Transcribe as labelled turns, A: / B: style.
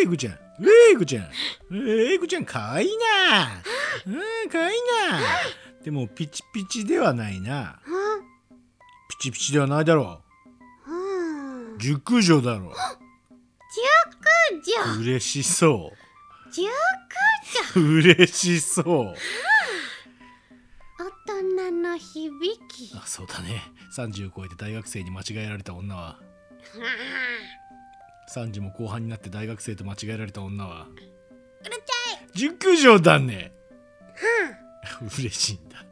A: えいぐちゃんえいぐちゃんえいぐちゃんかわいいなうんかわいいなでもピチピチではないなピチピチではないだろ
B: うん
A: う熟女だろ
B: じゃ
A: う嬉しそ
B: じゃ
A: う嬉しそう
B: 大人の響き
A: あそうだね30を超えて大学生に間違えられた女は30も後半になって大学生と間違えられた女は
B: うるちゃ い
A: 熟女だね嬉しいんだ